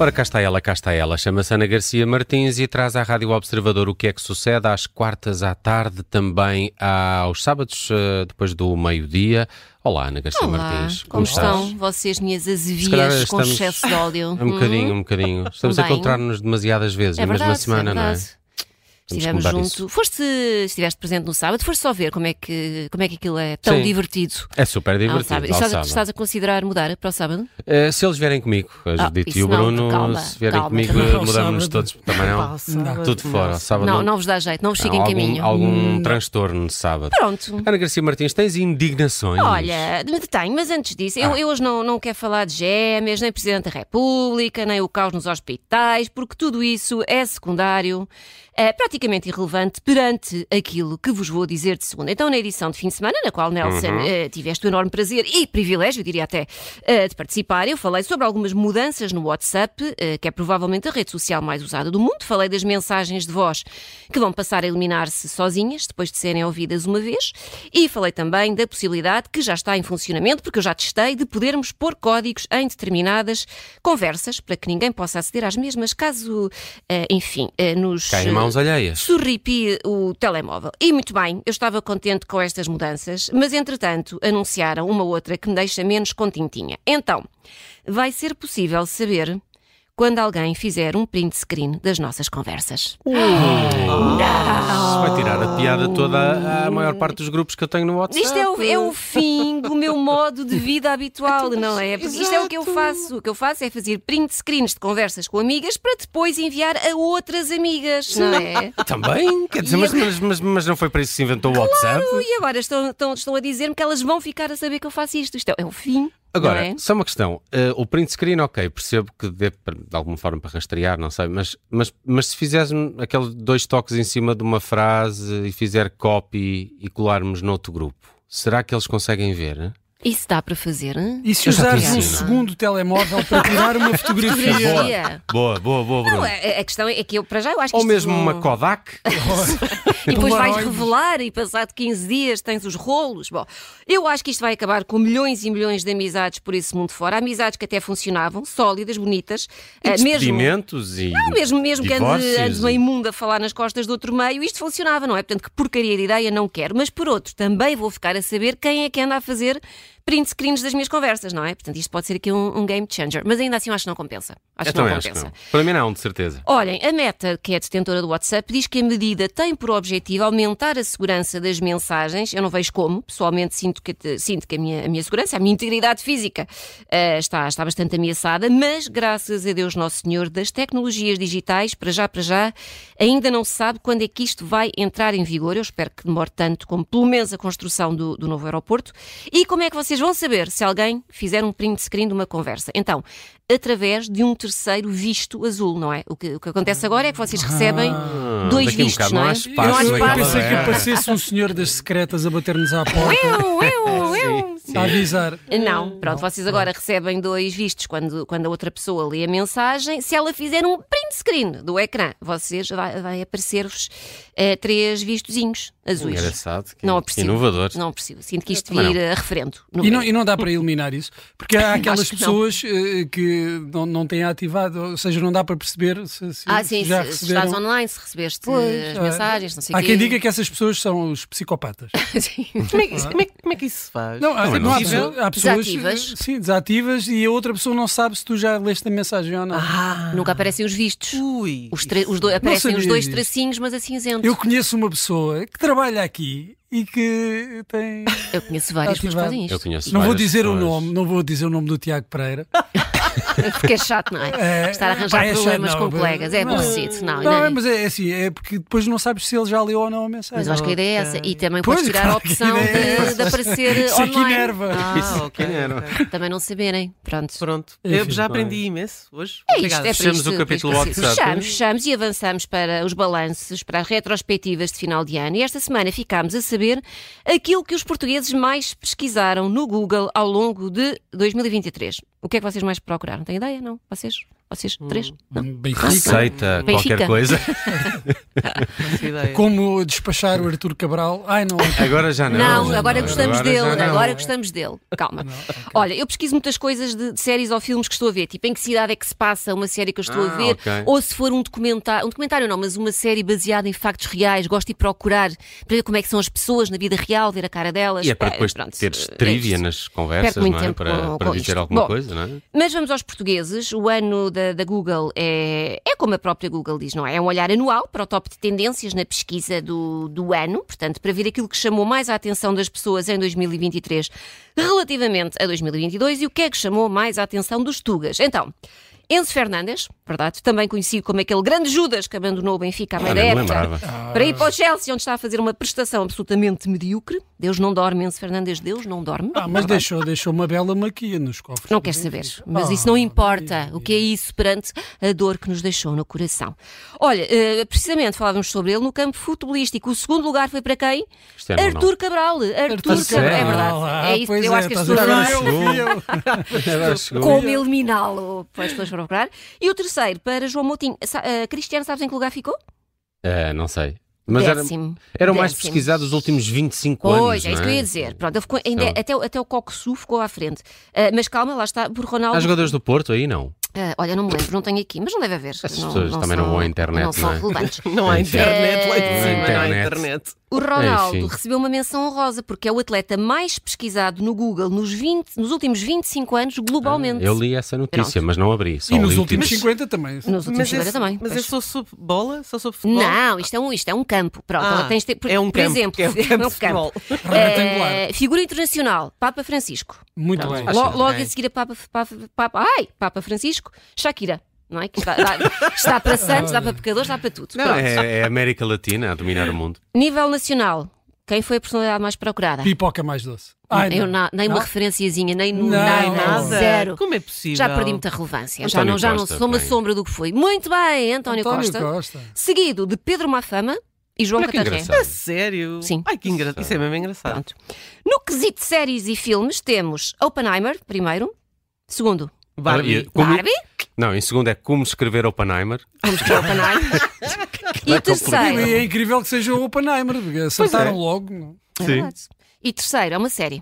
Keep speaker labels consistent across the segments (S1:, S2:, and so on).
S1: Ora, cá está ela, cá está ela. Chama-se Ana Garcia Martins e traz à Rádio Observador o que é que sucede às quartas à tarde, também aos sábados, eh, depois do meio-dia. Olá, Ana Garcia
S2: Olá,
S1: Martins.
S2: como estão
S1: estás?
S2: vocês, minhas
S1: Se calhar
S2: azevias com
S1: estamos-
S2: excesso de óleo?
S1: Um bocadinho, um bocadinho. Estamos a
S2: Uhum. Também.
S1: encontrar-nos demasiadas vezes
S2: é
S1: na
S2: verdade,
S1: mesma semana,
S2: é
S1: não é?
S2: verdade. Estivemos
S1: mudar
S2: junto.
S1: isso.
S2: Foste, estiveste presente no sábado, foste só ver como é que, como é que aquilo é tão
S1: Sim.
S2: divertido.
S1: É super
S2: ao
S1: divertido.
S2: sábado.
S1: ao
S2: Estás, a-
S1: sábado.
S2: estás a considerar mudar para o sábado?
S1: é? Eh, se eles vierem comigo, a Judite
S2: Ah, isso
S1: e o
S2: não,
S1: Bruno,
S2: calma,
S1: se vierem
S2: calma,
S1: comigo,
S2: também.
S3: Ao
S1: mudamos-nos
S3: sábado.
S1: todos também não. Tudo fora, ao sábado.
S2: Não, não, vos dá jeito, não vos cheguem em
S1: algum,
S2: caminho.
S1: algum transtorno de sábado.
S2: Pronto.
S1: Ana Garcia Martins, tens indignações.
S2: Olha, tenho, mas antes disso, eu,
S1: Ah.
S2: eu hoje não, não quero falar de gêmeas, nem Presidente da República, nem o caos nos hospitais, porque tudo isso é secundário, é praticamente irrelevante perante aquilo que vos vou dizer de segunda. Então, na edição de fim de semana, na qual, Nelson, eh, tiveste o enorme prazer e privilégio, eu diria até, eh, de participar, eu falei sobre algumas mudanças no WhatsApp, eh, que é provavelmente a rede social mais usada do mundo. Falei das mensagens de voz que vão passar a eliminar-se sozinhas, depois de serem ouvidas uma vez. E falei também da possibilidade, que já está em funcionamento, porque eu já testei, de podermos pôr códigos em determinadas conversas, para que ninguém possa aceder às mesmas, caso, eh, enfim, eh, nos.
S1: Cá em mãos alheias.
S2: Sorripia o telemóvel. E muito bem, eu estava contente com estas mudanças, mas entretanto anunciaram uma outra que me deixa menos contintinha. Então, vai ser possível saber quando alguém fizer um print screen das nossas conversas.
S1: Se vai tirar a piada toda à maior parte dos grupos que eu tenho no WhatsApp.
S2: Oh. Isto é o, é o fim do meu modo de vida habitual, não é? Porque isto é o que eu faço. O que eu faço é fazer print screens de conversas com amigas para depois enviar a outras amigas, não é?
S1: Ah, Também? Quer dizer, mas, mas, mas, mas não foi para isso que se inventou o WhatsApp?
S2: E agora estão, estão, estão a dizer-me que elas vão ficar a saber que eu faço isto. Isto é o fim.
S1: Agora,
S2: não é?
S1: só uma questão. Eh, o print screen, ok, percebo que dê para- de alguma forma para rastrear, não sei, mas, mas, mas se fizermos aqueles dois toques em cima de uma frase e fizer copy e colarmos noutro grupo, será que eles conseguem ver? hein?
S2: Isso dá para fazer, hein?
S3: E se
S1: Eu já
S3: usares
S1: tive
S3: um
S1: isso.
S3: segundo telemóvel para tirar uma fotografia?
S2: Fotografia.
S1: Boa, boa, boa, Bruno.
S2: Não, a, a questão é que eu, para já, eu acho que
S1: Ou
S2: isto
S1: mesmo
S2: não-
S1: uma Kodak?
S2: E depois vais
S3: Polaroids.
S2: revelar e passado 15 dias tens os rolos. Bom, eu acho que isto vai acabar com milhões e milhões de amizades por esse mundo fora. Amizades que até funcionavam, sólidas, bonitas. eh, mesmo
S1: Despedimentos e.
S2: Não, mesmo, mesmo que ande,
S1: divórcios
S2: ande uma
S1: e-
S2: imunda a falar nas costas do outro meio, isto funcionava, não é? Portanto, que porcaria de ideia, não quero. Mas por outro, também vou ficar a saber quem é que anda a fazer print screens das minhas conversas, não é? Portanto, isto pode ser aqui um, um game changer. Mas ainda assim, eu acho que não compensa. Acho
S1: Eu
S2: que não
S1: também acho que
S2: compensa.
S1: não. Para mim, não, de certeza.
S2: Olhem, a Meta, que é a detentora do WhatsApp, diz que a medida tem por objetivo aumentar a segurança das mensagens. Eu não vejo como, pessoalmente sinto que, sinto que a, minha, a minha segurança, a minha integridade física eh, está, está bastante ameaçada, mas graças a Deus Nosso Senhor das tecnologias digitais, para já, para já, ainda não se sabe quando é que isto vai entrar em vigor. Eu espero que demore tanto como pelo menos a construção do, do novo aeroporto. E como é que vocês vão saber se alguém fizer um print screen de uma conversa? Então, através de um terceiro visto azul, não é? O que, o que acontece agora é que vocês recebem dois
S1: daqui a um
S2: vistos,
S1: bocado
S2: não
S1: não
S2: é?
S1: há espaço
S3: eu
S1: Passo
S3: eu
S1: naquela
S3: pensei é que
S1: era.
S3: aparecesse um senhor das secretas a bater-nos à porta,
S2: Eu,
S3: um,
S2: eu, eu.
S3: a avisar.
S2: Eh,
S1: Hum.
S2: Não, pronto, vocês agora recebem dois vistos quando, quando a outra pessoa lê a mensagem. Se ela fizer um print screen do ecrã, vocês vai, vai aparecer-vos eh, três vistozinhos azuis.
S1: Engraçado. Que,
S2: Não
S1: que
S2: aprecio.
S1: Inovador.
S2: Não percebo. Sinto que isto
S1: também não.
S2: vir a referendo. no
S3: E não,
S2: verão.
S3: e não dá para eliminar isso, porque há aquelas
S2: Acho que não.
S3: pessoas eh, que não, não têm ativado, ou seja, não dá para perceber se, se-
S2: ah,
S3: se
S2: sim,
S3: já
S2: se, se
S3: receberam.
S2: estás online, se recebeste as
S3: é.
S2: mensagens, não sei
S3: Há
S2: quê.
S3: quem diga que essas pessoas são os psicopatas.
S2: Sim.
S4: Como é, que isso- como é que- como é que isso se faz?
S3: Não, há,
S1: Não, é
S3: não há
S1: possível.
S3: pessoa- há pessoas
S2: Desativas.
S3: eh, Sim, desativas e a outra pessoa não sabe se tu já leste a mensagem ou não.
S4: Ah,
S2: Nunca aparecem os vistos.
S4: ui.
S2: Os tre- os do- aparecem os
S3: sabia
S2: dois
S3: disso.
S2: tracinhos, mas a cinzento.
S3: Eu conheço uma pessoa que trabalha aqui e que tem.
S2: Eu conheço várias pessoas que fazem
S1: Eu
S2: isto.
S1: conheço
S3: Não vou
S1: várias
S3: dizer o
S1: pessoas.
S3: nome, não vou dizer o nome do Tiago Pereira.
S2: Ah, Porque é chato, não é?
S3: É,
S2: Estar a arranjar
S3: pá, é chato,
S2: problemas
S3: não,
S2: com
S3: mas-
S2: colegas. É
S3: não.
S2: aborrecido. Não,
S3: Não,
S2: não.
S3: é, mas é, é assim, é porque depois não sabes se ele já leu ou não a mensagem.
S2: Mas eu acho que a ideia é essa. E também podes
S3: Pois,
S2: tirar a
S3: claro que a
S2: opção
S3: ideia é
S2: de,
S3: essa.
S2: de aparecer
S3: Isso aqui
S2: online.
S3: nerva.
S4: Ah, ok.
S1: quem era?
S4: ok.
S2: Também não saberem. Pronto.
S4: Pronto.
S3: Enfim,
S4: eu já aprendi imenso hoje.
S2: É isto,
S4: Obrigado.
S2: é para
S1: Fechamos
S2: isto,
S1: o
S2: para
S1: capítulo
S2: isto que se-
S1: WhatsApp.
S2: Fechamos, fechamos e avançamos para os balanços, para as retrospectivas de final de ano. E esta semana ficámos a saber aquilo que os portugueses mais pesquisaram no Google ao longo de 2023. O que é que vocês mais procuraram? Tem ideia? Não? Vocês? Vocês três? Não.
S3: Benfica.
S1: Receita,
S2: Benfica.
S1: qualquer coisa.
S2: assim.
S4: faço ideia.
S3: Como despachar o Arturo Cabral. Ai, não.
S1: Agora já não.
S2: Não, agora gostamos
S1: Agora já
S2: dele,
S1: não.
S2: agora gostamos dele. Calma. Olha, eu pesquiso muitas coisas de, de séries ou filmes que estou a ver, tipo em que cidade é que se passa uma série que eu estou
S1: Ah,
S2: a ver,
S1: ok.
S2: ou se for um documentário, um documentário não, mas uma série baseada em factos reais, gosto de ir procurar para ver como é que são as pessoas na vida real, ver a cara delas.
S1: E é para
S2: Eh,
S1: depois
S2: pronto,
S1: teres
S2: eh, é
S1: trivia
S2: isto.
S1: nas conversas,
S2: Perco muito
S1: não é?
S2: tempo
S1: Para,
S2: com-
S1: para
S2: com
S1: dizer
S2: isto.
S1: alguma
S2: Bom,
S1: coisa, não é?
S2: Mas vamos aos portugueses. O ano da, da Google é, é como a própria Google diz, não é? É um olhar anual para o top de tendências na pesquisa do, do ano, portanto, para ver aquilo que chamou mais a atenção das pessoas em 2023 relativamente a 2022 e o que é que chamou mais a atenção dos Tugas. Então. Enzo Fernandes, verdade, também conhecido como aquele grande Judas que abandonou o Benfica à meia
S1: Ah,
S2: da
S1: nem me
S2: época.
S1: lembrava.
S2: Para ir para o Chelsea, onde está a fazer uma prestação absolutamente medíocre. Deus não dorme, Enzo Fernandes, Deus não dorme.
S3: Ah, mas
S2: Verdade.
S3: deixou, deixou uma bela maquia nos cofres. Ah,
S2: Não queres saber, mas isso não importa. O que é isso perante a dor que nos deixou no coração? Olha, eh, precisamente falávamos sobre ele no campo futebolístico. O segundo lugar foi para quem?
S1: Cristiano É Ronaldo.
S2: Artur Cabral. Artur
S1: Artur
S2: Cabral. É
S1: Cabral.
S2: verdade. É isso. Eu acho que as pessoas
S1: ver?
S3: Ah,
S2: não
S1: não- Agora chegou.
S2: como eliminá-lo. Pois as pessoas foram procurar. E o terceiro para João Moutinho. Sa- eh, Cristiano, sabes em que lugar ficou?
S1: Ah, não sei. Mas era,
S2: Décimo.
S1: era o mais
S2: Décimo.
S1: pesquisado dos últimos 25 anos.
S2: Pois, é
S1: não
S2: isso que eu ia dizer. Pronto, ele ficou- ainda-
S1: Sei lá.
S2: até, o- até o Coxu ficou à frente. Eh, mas calma, lá está, por Ronaldo.
S1: Há jogadores do Porto aí, não?
S2: Eh, olha, não me lembro, não tenho aqui, mas não deve haver.
S1: Essas pessoas também não vão à internet,
S2: Não são
S1: não é?
S2: relevantes.
S4: Não há internet lá
S2: É.
S4: de cima, não há
S1: Internet.
S4: internet.
S2: O Ronaldo
S1: Enfim.
S2: recebeu uma menção honrosa porque é o atleta mais pesquisado no Google nos, 20, nos últimos 25 anos globalmente.
S3: Ah,
S1: Eu li essa notícia, mas não abri. Só
S3: E
S1: li
S3: nos
S1: o
S3: últimos
S1: título.
S3: 50 também.
S2: Nos últimos
S4: Mas
S2: 50
S4: esse,
S2: também.
S4: mas
S2: pois.
S4: é só sobre bola? Só sobre futebol?
S2: Não, isto é um, isto é um campo. Pronto,
S4: Ah,
S2: tens de ter- por,
S4: é um
S2: por
S4: campo,
S2: exemplo,
S4: é um campo de futebol.
S3: Retangular.
S2: Eh, figura internacional, Papa Francisco.
S3: Muito
S2: Pronto.
S3: bem.
S2: Lo- logo
S4: bem.
S2: a seguir a Papa, Papa, Papa- ai, Papa Francisco, Shakira. Não é? Que está, dá- está para santos, dá para pecadores, dá para tudo.
S1: Não,
S2: Pronto.
S1: é, é a América Latina a dominar o mundo.
S2: Nível nacional, quem foi a personalidade mais procurada?
S3: Pipoca mais doce. Ai,
S2: é. eu
S3: não.
S2: na- nem uma
S3: Não?
S2: referenciazinha, nem, no,
S3: Não,
S2: nem
S4: Nada.
S2: zero.
S4: Como é possível?
S2: Já perdi muita relevância. já
S1: António
S2: não, já não
S1: Costa,
S2: sou uma
S1: bem.
S2: sombra do que foi. Muito bem, António,
S3: António
S2: Costa.
S3: Costa.
S2: Seguido de Pedro Mafama e João
S1: Olha que
S2: Catarré.
S1: engraçado.
S4: A sério?
S2: Sim.
S4: Ai, que engraçado. Isso é mesmo engraçado.
S2: Pronto. No quesito de séries e filmes, temos Oppenheimer, primeiro. Segundo,
S1: Olha,
S4: Barbie.
S1: e como-
S2: Barbie.
S1: Não, em segundo é como escrever Oppenheimer.
S2: Vamos
S1: é
S2: para Oppenheimer. e o terceiro.
S3: E é incrível que seja o Oppenheimer, porque acertaram logo. não?
S2: É verdade. E terceiro, é uma série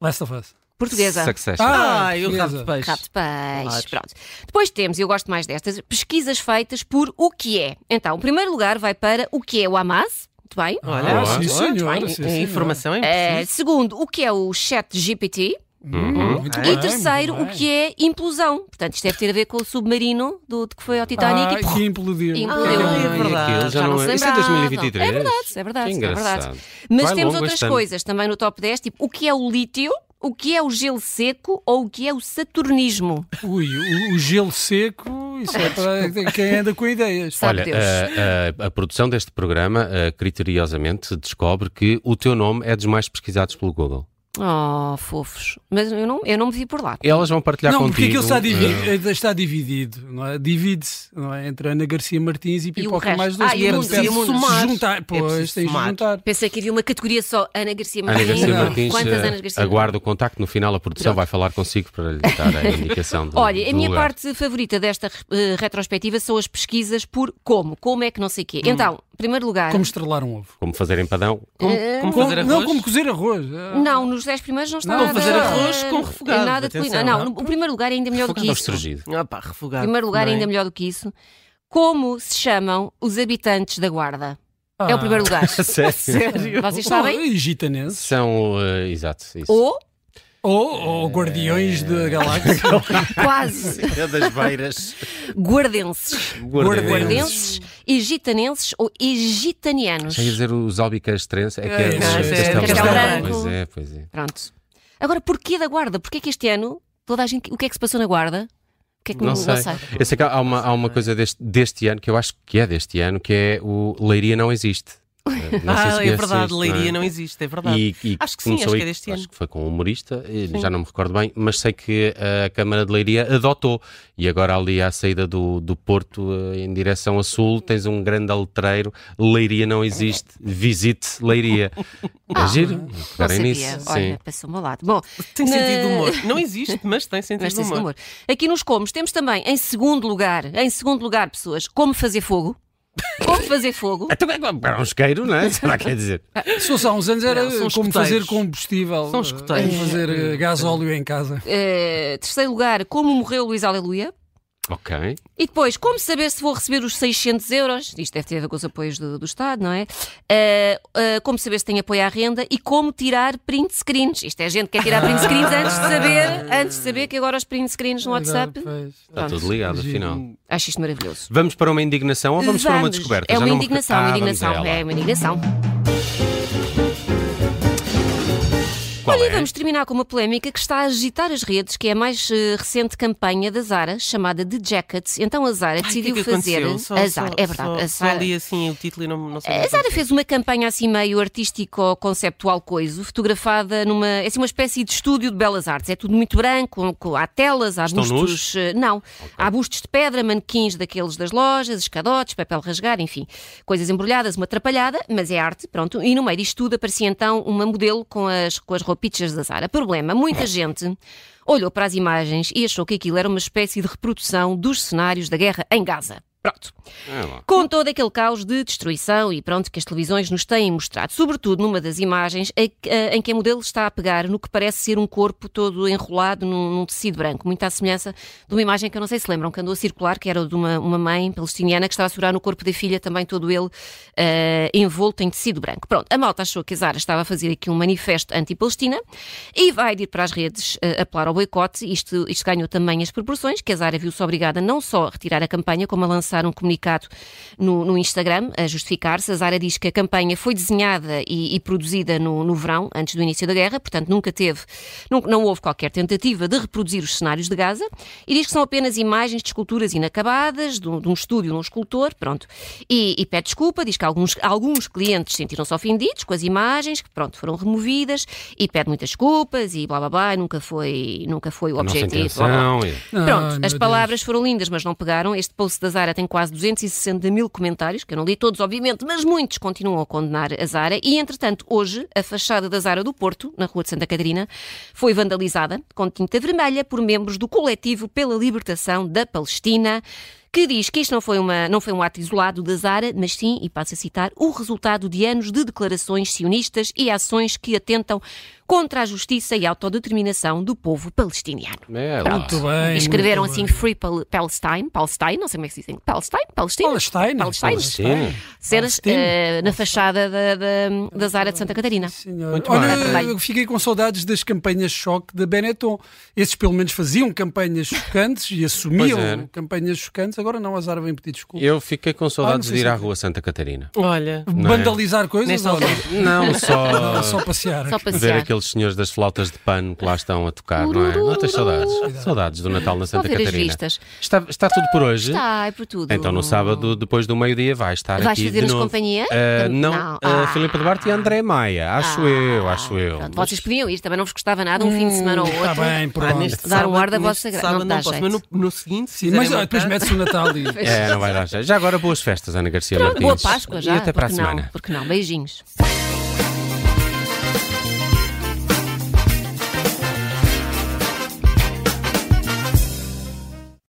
S3: Last of Us.
S2: portuguesa.
S1: Succession.
S3: Ah,
S4: Ai, o rabo
S3: portuguesa.
S4: de peixe.
S2: Rabo de peixe,
S4: Claro.
S2: pronto. Depois temos, e eu gosto mais destas, pesquisas feitas por o que é. Então, o primeiro lugar vai para o que é o Hamas, muito bem.
S4: Olha,
S1: Ah, sim,
S4: olha,
S3: senhora,
S4: bem,
S3: sim,
S4: a
S3: senhora.
S4: informação é
S2: Eh,
S4: impossível.
S2: segundo, o que é o chat GPT.
S1: Uhum.
S3: Muito
S4: E
S2: E
S3: bem,
S2: terceiro,
S3: muito
S2: o
S3: bem.
S2: que é implosão. Portanto, isto deve ter a ver com o submarino do, de que foi ao
S3: Ah,
S2: Titanic. e,
S3: que implodiu.
S2: Implodiu.
S3: Ah,
S4: é verdade,
S1: aquilo
S2: já não se
S1: é. Isso é
S2: lembrava.
S1: 2023.
S2: É verdade, é verdade,
S1: Que
S2: é
S1: engraçado.
S2: verdade. Mas
S1: Vai
S2: temos
S1: longo
S2: outras
S1: este ano.
S2: coisas também no top 10, tipo o que é o lítio, o que é o gelo seco ou o que é o saturnismo.
S3: um- Ui, o, o gelo seco, isso é para quem anda com ideias.
S2: Sabe
S1: Olha, eh,
S2: Deus.
S1: a, a- a produção deste programa, ah, criteriosamente, descobre que o teu nome é dos mais pesquisados pelo Google.
S2: Oh, fofos. Mas eu não, eu não me vi por lá.
S1: Elas vão partilhar
S3: não, porque
S1: contigo.
S3: aquilo está, divi-
S1: ah,
S3: está dividido, não é? Divide-se, não é? Entre Ana Garcia Martins e Pipoca
S2: resto?
S3: mais doce.
S2: Ah, e o
S3: Portanto,
S2: mundo, É e o
S3: tem de
S4: mundo.
S3: se juntar. pois,
S4: preciso
S3: tens de
S4: somar.
S3: juntar.
S2: Pensei que havia uma categoria só Ana Garcia
S1: Ana
S2: Martins.
S1: Garcia
S2: Não.
S1: Martins
S2: Quantas
S1: ah,
S2: Anas Garcia
S1: aguarda o contacto. No final, a produção vai falar consigo para lhe dar a indicação do
S2: Olha, a
S1: do
S2: minha
S1: lugar.
S2: parte favorita desta eh, retrospectiva são as pesquisas por como, como é que não sei quê. Então, em primeiro lugar,
S3: Hum. Como estrelar um ovo.
S1: Como fazer empadão.
S4: Como, como
S3: Como-
S2: é.
S4: fazer arroz?
S3: não, como cozer arroz. Ah,
S2: não, nos 10 primeiros não está
S3: Não,
S2: nada.
S3: fazer
S4: arroz com refogado,
S2: Nada de
S4: atenção,
S2: culinária. Não,
S4: não.
S2: no- o primeiro lugar é ainda melhor do que
S1: Fogado ao
S2: isso.
S1: estrugido.
S4: Ah pá, refogado.
S2: primeiro lugar,
S4: Bem.
S2: ainda melhor do que isso. Como se chamam os habitantes da Guarda? É o primeiro lugar.
S1: Sério?
S4: Sério?
S2: Vocês sabem?
S3: Ah. Oh, gitanenses.
S1: São, ah, exato, isso.
S2: Ou
S3: Ou, ou guardiões da galáxia.
S2: quase
S1: É das beiras.
S2: guardenses. Guardenses, egitanenses ou egitanianos.
S1: Já ia dizer os albicastrenses. É que
S3: É,
S1: é,
S3: não,
S1: os
S3: é,
S1: Castelo
S2: Castelo
S1: Branco.
S2: Branco.
S1: Pois é, pois é.
S2: Pronto. Agora, porquê da Guarda? Porquê que este ano toda a gente. O que é que se passou na Guarda? O que é que
S1: Não sei. Eu sei que há uma, há uma coisa deste, deste ano que eu acho que é deste ano, que é o Leiria não existe. Eh, Não sei se
S4: Ah, é
S1: conheces
S4: verdade,
S1: isto, não é?
S4: Leiria não existe, é verdade.
S1: E, e
S4: Acho que sim,
S1: começou
S4: acho
S1: aí-
S4: que é deste
S1: acho
S4: ano.
S1: que foi com um humorista, eh, já não me recordo bem, mas sei que eh, a Câmara de Leiria adotou. E agora ali à saída do, do Porto, eh, em direção a Sul, tens um grande altreiro, Leiria não existe, visite Leiria. É giro,
S2: Ah, Não
S1: reparem
S2: sabia.
S1: nisso.
S2: Olha,
S1: Sim.
S2: passou-me ao lado. Bom,
S4: Tem
S2: na-
S4: sentido de humor. Não existe, mas tem sentido
S2: Mas
S4: de
S2: tem
S4: humor.
S2: humor. Aqui nos comos temos também, em segundo lugar, em segundo lugar, pessoas, como fazer fogo. Como fazer fogo.
S1: Então é para um isqueiro, não é? Será que quer dizer?
S3: Se fosse há uns anos era
S4: Não, são
S3: como
S4: escuteiros.
S3: fazer combustível.
S4: São escuteiros.
S3: eh, fazer eh, gás óleo em casa.
S2: Eh, terceiro lugar, como morreu Luís Aleluia.
S1: Ok.
S2: E depois, como saber se vou receber os 600 euros? Isto deve ter a ver com os apoios do, do Estado, não é? Eh, eh, como saber se tem apoio à renda e como tirar print screens. Isto é gente que quer tirar print screens antes de saber, antes de saber que agora os print screens no Um WhatsApp.
S3: Pois.
S1: Está
S2: Pronto.
S1: tudo ligado, afinal.
S2: Acho isto maravilhoso.
S1: Vamos para uma indignação ou vamos, para uma descoberta?
S2: É
S1: Já
S2: uma
S1: não me-
S2: indignação, uma
S1: Ah, vamos a
S2: indignação.
S1: ela.
S2: É uma indignação.
S1: Qual
S2: Olha, e
S1: é?
S2: vamos terminar com uma polémica que está a agitar as redes, que é a mais eh, recente campanha da Zara, chamada The Jackets. Então a Zara
S4: Ai, o que
S2: decidiu
S4: é que
S2: fazer.
S4: aconteceu? Só-
S2: a Zara,
S4: só-
S2: é verdade.
S4: Só,
S2: a
S4: só
S2: Zara...
S4: li assim o título e não, não sei. o que
S2: A Zara
S4: aconteceu.
S2: fez uma campanha assim meio artístico-conceptual-coiso, fotografada numa. É assim uma espécie de estúdio de belas artes. É tudo muito branco, com- com- há telas, há
S1: Estão
S2: bustos. eh, Não. Há bustos de pedra, manequins daqueles das lojas, escadotes, papel rasgado, enfim. Coisas embrulhadas, uma atrapalhada, mas é arte, pronto. E no meio disto tudo aparecia então uma modelo com as, com as roupichas da Zara. Problema: muita gente. Olhou para as imagens e achou que aquilo era uma espécie de reprodução dos cenários da guerra em Gaza. Pronto
S1: É lá.
S2: com todo aquele caos de destruição e pronto que as televisões nos têm mostrado, sobretudo numa das imagens em que- eh, em que a modelo está a pegar no que parece ser um corpo todo enrolado num, num tecido branco, muito à semelhança de uma imagem que eu não sei se lembram, que andou a circular, que era de uma, uma mãe palestiniana que estava a segurar no corpo da filha, também todo ele eh, envolto em tecido branco. Pronto, a malta achou que a Zara estava a fazer aqui um manifesto anti-Palestina e vai ir para as redes eh, apelar ao boicote. Isto, isto ganhou também as proporções, que a Zara viu-se obrigada não só a retirar a campanha, como a lançar um comunicado no, no Instagram a justificar-se. A Zara diz que a campanha foi desenhada e, e produzida no, no verão, antes do início da guerra, portanto nunca teve, não, não houve qualquer tentativa de reproduzir os cenários de Gaza, e diz que são apenas imagens de esculturas inacabadas, de um, de um estúdio, de um escultor, pronto. E, e pede desculpa, diz que alguns, alguns clientes sentiram-se ofendidos com as imagens, que pronto, foram removidas, e pede muitas desculpas e blá blá blá, e nunca foi, nunca foi o
S1: A nossa
S2: objetivo. blá, blá, blá.
S1: intenção é-
S3: Ai,
S2: Pronto,
S3: meu
S2: as
S3: Deus.
S2: palavras foram lindas, mas não pegaram. Este post da Zara tem quase 260 mil comentários, que eu não li todos, obviamente, mas muitos continuam a condenar a Zara. E, entretanto, hoje, a fachada da Zara do Porto, na Rua de Santa Catarina, foi vandalizada com tinta vermelha por membros do coletivo pela libertação da Palestina. Que diz que isto não foi, uma, não foi um ato isolado da Zara, mas sim, e passo a citar, o resultado de anos de declarações sionistas e ações que atentam contra a justiça e a autodeterminação do povo palestiniano.
S1: É lá.
S3: Muito bem.
S2: Escreveram
S3: muito
S2: assim
S3: bem.
S2: Free Pal- Palestine, Palestine, não sei como é que se dizem, Palestine, Palestina,
S3: Palestina.
S2: Palestina.
S1: Sim.
S2: cenas
S3: Palestina.
S2: eh, na fachada da, da, da Zara de Santa Catarina.
S3: Senhora.
S1: Muito
S3: Olha,
S2: bem. Muito bem.
S3: eu fiquei com saudades das campanhas choque da Benetton. Esses pelo menos faziam campanhas chocantes e assumiam
S1: Pois era.
S3: campanhas chocantes. Agora não, azar vem pedir desculpa.
S1: Eu fiquei com saudades
S3: Ah, não
S1: de
S3: sei
S1: ir à
S3: se-
S1: Rua Santa Catarina.
S4: Olha,
S1: é?
S3: Vandalizar coisas
S4: Nesta
S3: ou não?
S4: altura.
S1: Não, só,
S3: Não, só passear.
S2: Só
S1: ver
S2: passear.
S1: aqueles senhores das flautas de pano que lá estão a tocar, não é? Não tens saudades? Saudades do Natal na Santa
S2: ver as
S1: Catarina.
S2: vistas.
S1: Está, está tudo por hoje.
S2: Está, é por tudo.
S1: Então no sábado, depois do meio-dia, vai estar
S2: Vais
S1: aqui de
S2: fazer-nos
S1: novo.
S2: companhia?
S1: Ah, não,
S2: Não.
S1: ah,
S2: Ah.
S1: Filipe Duarte e André Maia. Acho eu, acho eu. Hum, tá
S2: Pronto, vocês podiam ir, também não vos custava nada um fim de semana ou outro.
S3: Está bem,
S4: ah,
S3: pronto.
S4: neste
S2: Dar um
S4: sábado-
S2: ar da
S4: neste
S2: vossa gra-
S4: sábado
S2: não
S4: não
S2: dá
S4: posso, mas
S2: jeito.
S4: no, no seguinte, se
S3: Sim, mas
S4: quiserem
S3: ah, depois
S4: marcar-
S3: metes o Natal e...
S1: É, não vai dar. jeito. Já agora boas festas, Ana Garcia Martins.
S2: Boa Páscoa já.
S1: E até para a
S2: porque não?
S1: semana.
S2: Porque não? Beijinhos.